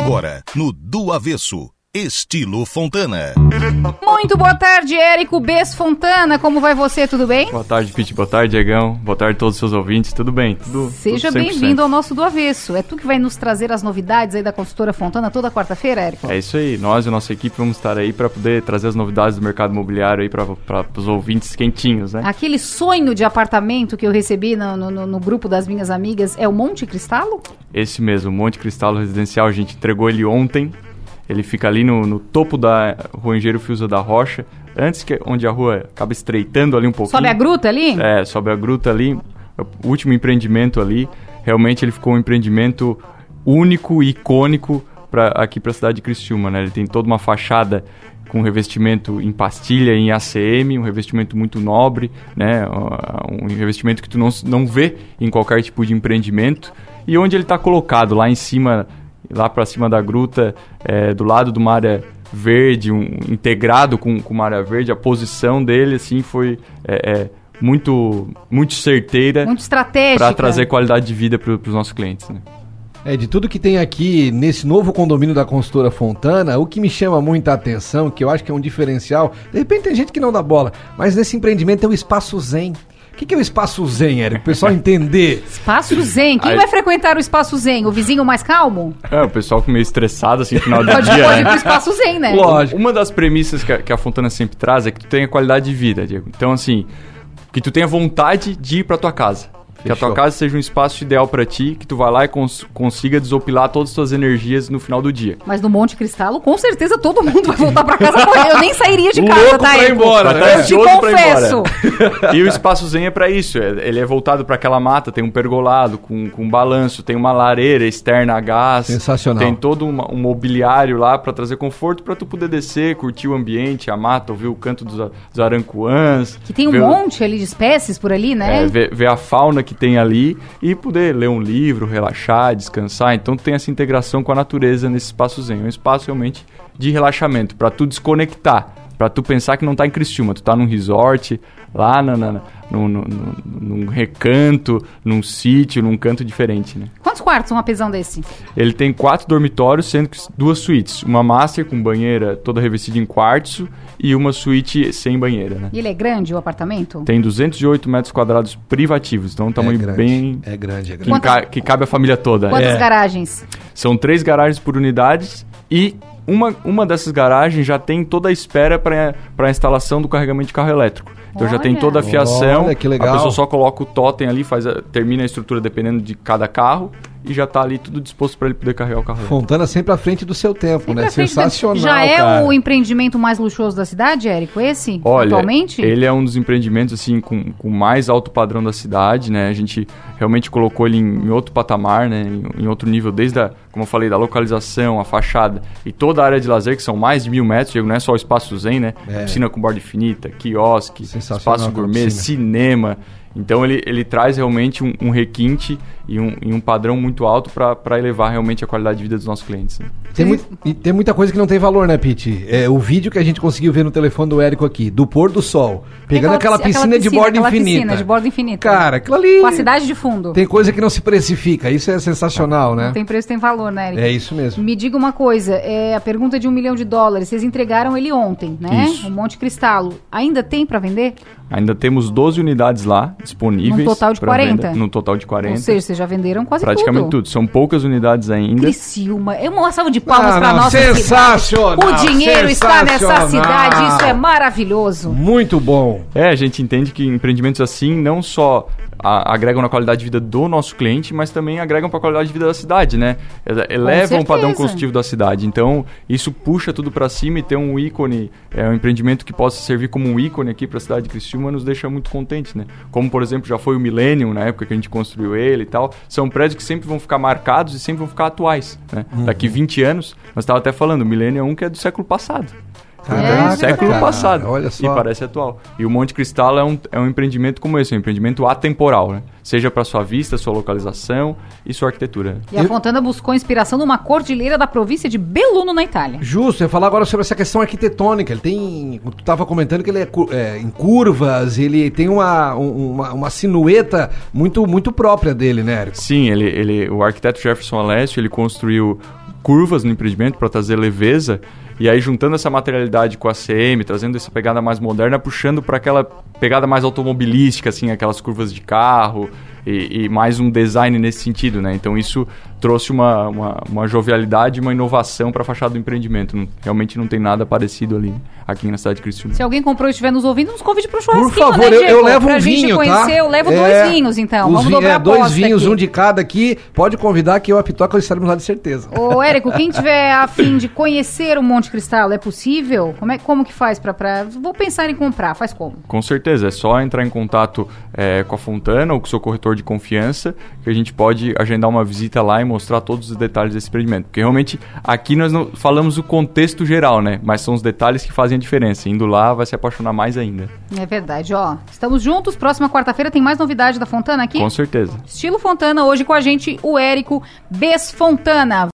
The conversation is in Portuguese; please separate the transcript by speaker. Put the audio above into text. Speaker 1: Agora, no Do Avesso, estilo Fontana.
Speaker 2: Muito boa tarde, Érico Bes Fontana. Como vai você? Tudo bem?
Speaker 3: Boa tarde, Pete. Boa tarde, Egão. Boa tarde a todos os seus ouvintes. Tudo bem? Tudo,
Speaker 2: Seja
Speaker 3: tudo 100%.
Speaker 2: bem-vindo ao nosso Do Avesso. É tu que vai nos trazer as novidades aí da consultora Fontana toda quarta-feira, Érico?
Speaker 3: É isso aí. Nós e a nossa equipe vamos estar aí para poder trazer as novidades do mercado imobiliário aí para os ouvintes quentinhos, né?
Speaker 2: Aquele sonho de apartamento que eu recebi no, no- no- no grupo das minhas amigas é o Monte Cristalo?
Speaker 3: Esse mesmo, Monte Cristalo Residencial, a gente entregou ele ontem. Ele fica ali no, no topo da Rua Engenheiro Fiuza da Rocha, antes que onde a rua acaba estreitando ali um pouquinho.
Speaker 2: Sobe a gruta ali?
Speaker 3: É, sobe a gruta ali, o último empreendimento ali. Realmente ele ficou um empreendimento único e icônico pra, aqui para a cidade de Criciúma, né? Ele tem toda uma fachada com revestimento em pastilha, em ACM, um revestimento muito nobre, né? Ah, Um revestimento que tu não, s- não vê em qualquer tipo de empreendimento. E onde ele está colocado, lá em cima, lá para cima da gruta, é, do lado de uma área verde, um, integrado com, com uma área verde, a posição dele, assim, foi... é, é, muito, muito certeira
Speaker 2: Muito estratégico.
Speaker 3: para trazer qualidade de vida para os nossos clientes. Né?
Speaker 4: É, de tudo que tem aqui nesse novo condomínio da consultora Fontana, o que me chama muita atenção, que eu acho que é um diferencial, de repente tem gente que não dá bola, mas nesse empreendimento é o espaço zen. O que, que é o espaço zen, Eric? O pessoal entender.
Speaker 2: Espaço Zen. Quem
Speaker 3: Aí-
Speaker 2: vai frequentar o Espaço Zen? O vizinho mais calmo?
Speaker 3: É, o pessoal fica meio estressado assim no final do
Speaker 2: Pode,
Speaker 3: dia.
Speaker 2: pode ir
Speaker 3: né?
Speaker 2: pro Espaço Zen, né?
Speaker 4: Lógico.
Speaker 3: Uma das premissas que a, que a Fontana sempre traz é que tu tenha qualidade de vida, Diego. Então, assim, que tu tenha vontade de ir pra tua casa. Que a tua
Speaker 4: Fechou.
Speaker 3: casa seja um espaço ideal pra ti, que tu vá lá e cons- consiga desopilar todas as tuas energias no final do dia.
Speaker 2: Mas no Monte Cristalo, com certeza todo mundo vai voltar pra casa correndo. Eu nem sairia de casa,
Speaker 3: Louco
Speaker 2: tá,
Speaker 3: pra ir
Speaker 2: Érico?
Speaker 3: embora, né?
Speaker 2: Eu te
Speaker 3: Ansioso pra ir
Speaker 2: confesso.
Speaker 3: E o espaço zen é pra isso. é- Ele é voltado pra aquela mata, tem um pergolado com, com um balanço, tem uma lareira externa a gás.
Speaker 4: Sensacional.
Speaker 3: Tem todo uma- um, mobiliário lá pra trazer conforto pra tu poder descer, curtir o ambiente, a mata, ouvir o canto dos, a- dos arancuãs.
Speaker 2: Que tem um
Speaker 3: ver o-
Speaker 2: monte ali de espécies por ali, né?
Speaker 3: é, ver, ver a fauna que tem ali e poder ler um livro, relaxar, descansar. Então tem essa integração com a natureza nesse espaço zen. É um espaço realmente de relaxamento, para tu desconectar, para tu pensar que não tá em Criciúma, tu tá num resort, lá na, na, no, no- no- num recanto, num sítio, num canto diferente, né?
Speaker 2: Quantos quartos um apesão desse?
Speaker 3: Ele tem quatro dormitórios, sendo que duas suítes. Uma master com banheira toda revestida em quartzo e uma suíte sem banheira, né?
Speaker 2: E ele é grande o apartamento?
Speaker 3: Tem 208 metros quadrados privativos, então é um tamanho
Speaker 4: grande,
Speaker 3: bem,
Speaker 4: É grande, é grande.
Speaker 3: que,
Speaker 2: Quantas-
Speaker 3: ca- que cabe a família toda.
Speaker 2: Quantas
Speaker 3: É.
Speaker 2: garagens?
Speaker 3: São três garagens por unidades e uma, uma dessas garagens já tem toda a espera para a instalação do carregamento de carro elétrico. Então já tem
Speaker 2: Olha.
Speaker 3: toda a fiação,
Speaker 4: Olha, que legal.
Speaker 3: a pessoa só coloca o totem ali, faz a- termina a estrutura dependendo de cada carro e já está ali tudo disposto para ele poder carregar o carro. elétrico.
Speaker 4: Fontana sempre à frente do seu tempo,
Speaker 2: Sempre
Speaker 4: né?
Speaker 2: à frente da-
Speaker 4: Sensacional.
Speaker 2: Já é
Speaker 4: cara.
Speaker 2: o empreendimento mais luxuoso da cidade, Érico? Esse?
Speaker 3: Olha,
Speaker 2: atualmente?
Speaker 3: ele é um dos empreendimentos assim com, com mais alto padrão da cidade, né? A gente realmente colocou ele em, em outro patamar, né? Em, em outro nível, desde a, como eu falei, da localização, a fachada e toda a área de lazer que são mais de mil metros. Diego, não é só o espaço zen, né?
Speaker 4: É.
Speaker 3: Piscina com borda infinita, quiosque,
Speaker 4: Sensacional
Speaker 3: espaço
Speaker 4: aquela
Speaker 3: gourmet,
Speaker 4: piscina.
Speaker 3: cinema. Então ele, ele traz realmente um, um requinte e um, e um padrão muito alto para elevar realmente a qualidade de vida dos nossos clientes. né?
Speaker 4: Tem, mui- e tem muita coisa que não tem valor, né, Pete? É, o vídeo que a gente conseguiu ver no telefone do Érico aqui, do pôr do sol, pegando aquela, piscina, de borda
Speaker 2: aquela
Speaker 4: infinita.
Speaker 2: piscina de borda infinita.
Speaker 4: Cara, aquilo ali.
Speaker 2: Com a cidade de fundo.
Speaker 4: Tem coisa que não se precifica, isso é sensacional, né?
Speaker 2: Não tem preço, tem valor, né, Érico?
Speaker 4: É isso mesmo.
Speaker 2: Me diga uma coisa, é a pergunta de um milhão de dólares. Vocês entregaram ele ontem, né?
Speaker 3: Isso.
Speaker 2: O Monte Cristalo. Ainda tem pra vender?
Speaker 3: Ainda temos 12 unidades lá disponíveis.
Speaker 2: Num total de
Speaker 3: pra
Speaker 2: 40?
Speaker 3: Venda, num total de 40.
Speaker 2: Ou seja, vocês já venderam quase
Speaker 3: praticamente tudo. né? São poucas unidades ainda.
Speaker 2: Criciúma. É uma salva de palmas
Speaker 4: Ah,
Speaker 2: pra
Speaker 4: não,
Speaker 2: nossa cidade.
Speaker 4: sensacional,
Speaker 2: O dinheiro está nessa
Speaker 4: sensacional.
Speaker 2: cidade, isso é maravilhoso.
Speaker 4: Muito bom.
Speaker 3: É, a gente entende que empreendimentos assim não só a- agregam na qualidade de vida do nosso cliente, mas também agregam para a qualidade de vida da cidade, né? Ele- Elevam o padrão
Speaker 2: certeza.
Speaker 3: construtivo da cidade. Então, isso puxa tudo para cima e ter um ícone, é um empreendimento que possa servir como um ícone aqui para a cidade de Criciúma nos deixa muito contente, né? Como, por exemplo, já foi o Millennium, na época que a gente construiu ele e tal. São prédios que sempre vão ficar marcados e sempre vão ficar atuais, né? Daqui 20 anos, nós estava até falando, o Millennium é um que é do século passado.
Speaker 2: Caraca,
Speaker 3: É, século
Speaker 2: cara,
Speaker 3: passado.
Speaker 4: Olha só.
Speaker 3: E parece atual. E o Monte Cristal é um, é um empreendimento como esse, é um empreendimento atemporal, né? Seja para sua vista, sua localização e sua arquitetura.
Speaker 2: E a Fontana buscou inspiração numa cordilheira da província de Beluno, na Itália.
Speaker 4: Justo, eu ia falar agora sobre essa questão arquitetônica. Ele tem. Tu tava comentando que ele é, cu- é, em curvas, ele tem uma, um- uma, uma sinueta muito, muito própria dele, né, Érico?
Speaker 3: Sim, ele, ele, o arquiteto Jefferson Alessio, ele construiu curvas no empreendimento para trazer leveza. E aí, juntando essa materialidade com a CM, trazendo essa pegada mais moderna, puxando para aquela pegada mais automobilística, assim, aquelas curvas de carro e, e mais um design nesse sentido, né? Então, isso trouxe uma, uma, uma jovialidade, uma inovação para a fachada do empreendimento. Não- realmente não tem nada parecido ali, né? aqui na cidade de Criciúma.
Speaker 2: Se alguém comprou e estiver nos ouvindo, nos convide pro churrasquinho,
Speaker 4: Por favor,
Speaker 2: né,
Speaker 4: eu,
Speaker 2: Diego?
Speaker 4: eu levo
Speaker 2: pra
Speaker 4: um
Speaker 2: gente
Speaker 4: vinho,
Speaker 2: conhecer,
Speaker 4: tá?
Speaker 2: eu levo
Speaker 4: É,
Speaker 2: dois vinhos, então.
Speaker 4: os
Speaker 2: Vamos
Speaker 4: vi-
Speaker 2: dobrar
Speaker 4: é,
Speaker 2: a
Speaker 4: dois
Speaker 2: aposta
Speaker 4: vinhos,
Speaker 2: aqui.
Speaker 4: um de cada aqui. Pode convidar que eu e a Pitoca estaremos lá de certeza.
Speaker 2: Ô, Érico, quem tiver a fim de conhecer o Monte Cristal, é possível? Como, é, como que faz pra, pra... Vou pensar em comprar, faz como?
Speaker 3: Com certeza, é só entrar em contato eh, com a Fontana ou com o seu corretor de confiança que a gente pode agendar uma visita lá e mostrar todos os detalhes desse empreendimento. Porque realmente aqui nós não falamos o contexto geral, né? Mas são os detalhes que fazem a diferença. Indo lá vai se apaixonar mais ainda.
Speaker 2: É verdade, ó. Estamos juntos, próxima quarta-feira tem mais novidade da Fontana aqui?
Speaker 3: Com certeza.
Speaker 2: Estilo Fontana, hoje com a gente o Érico Besfontana.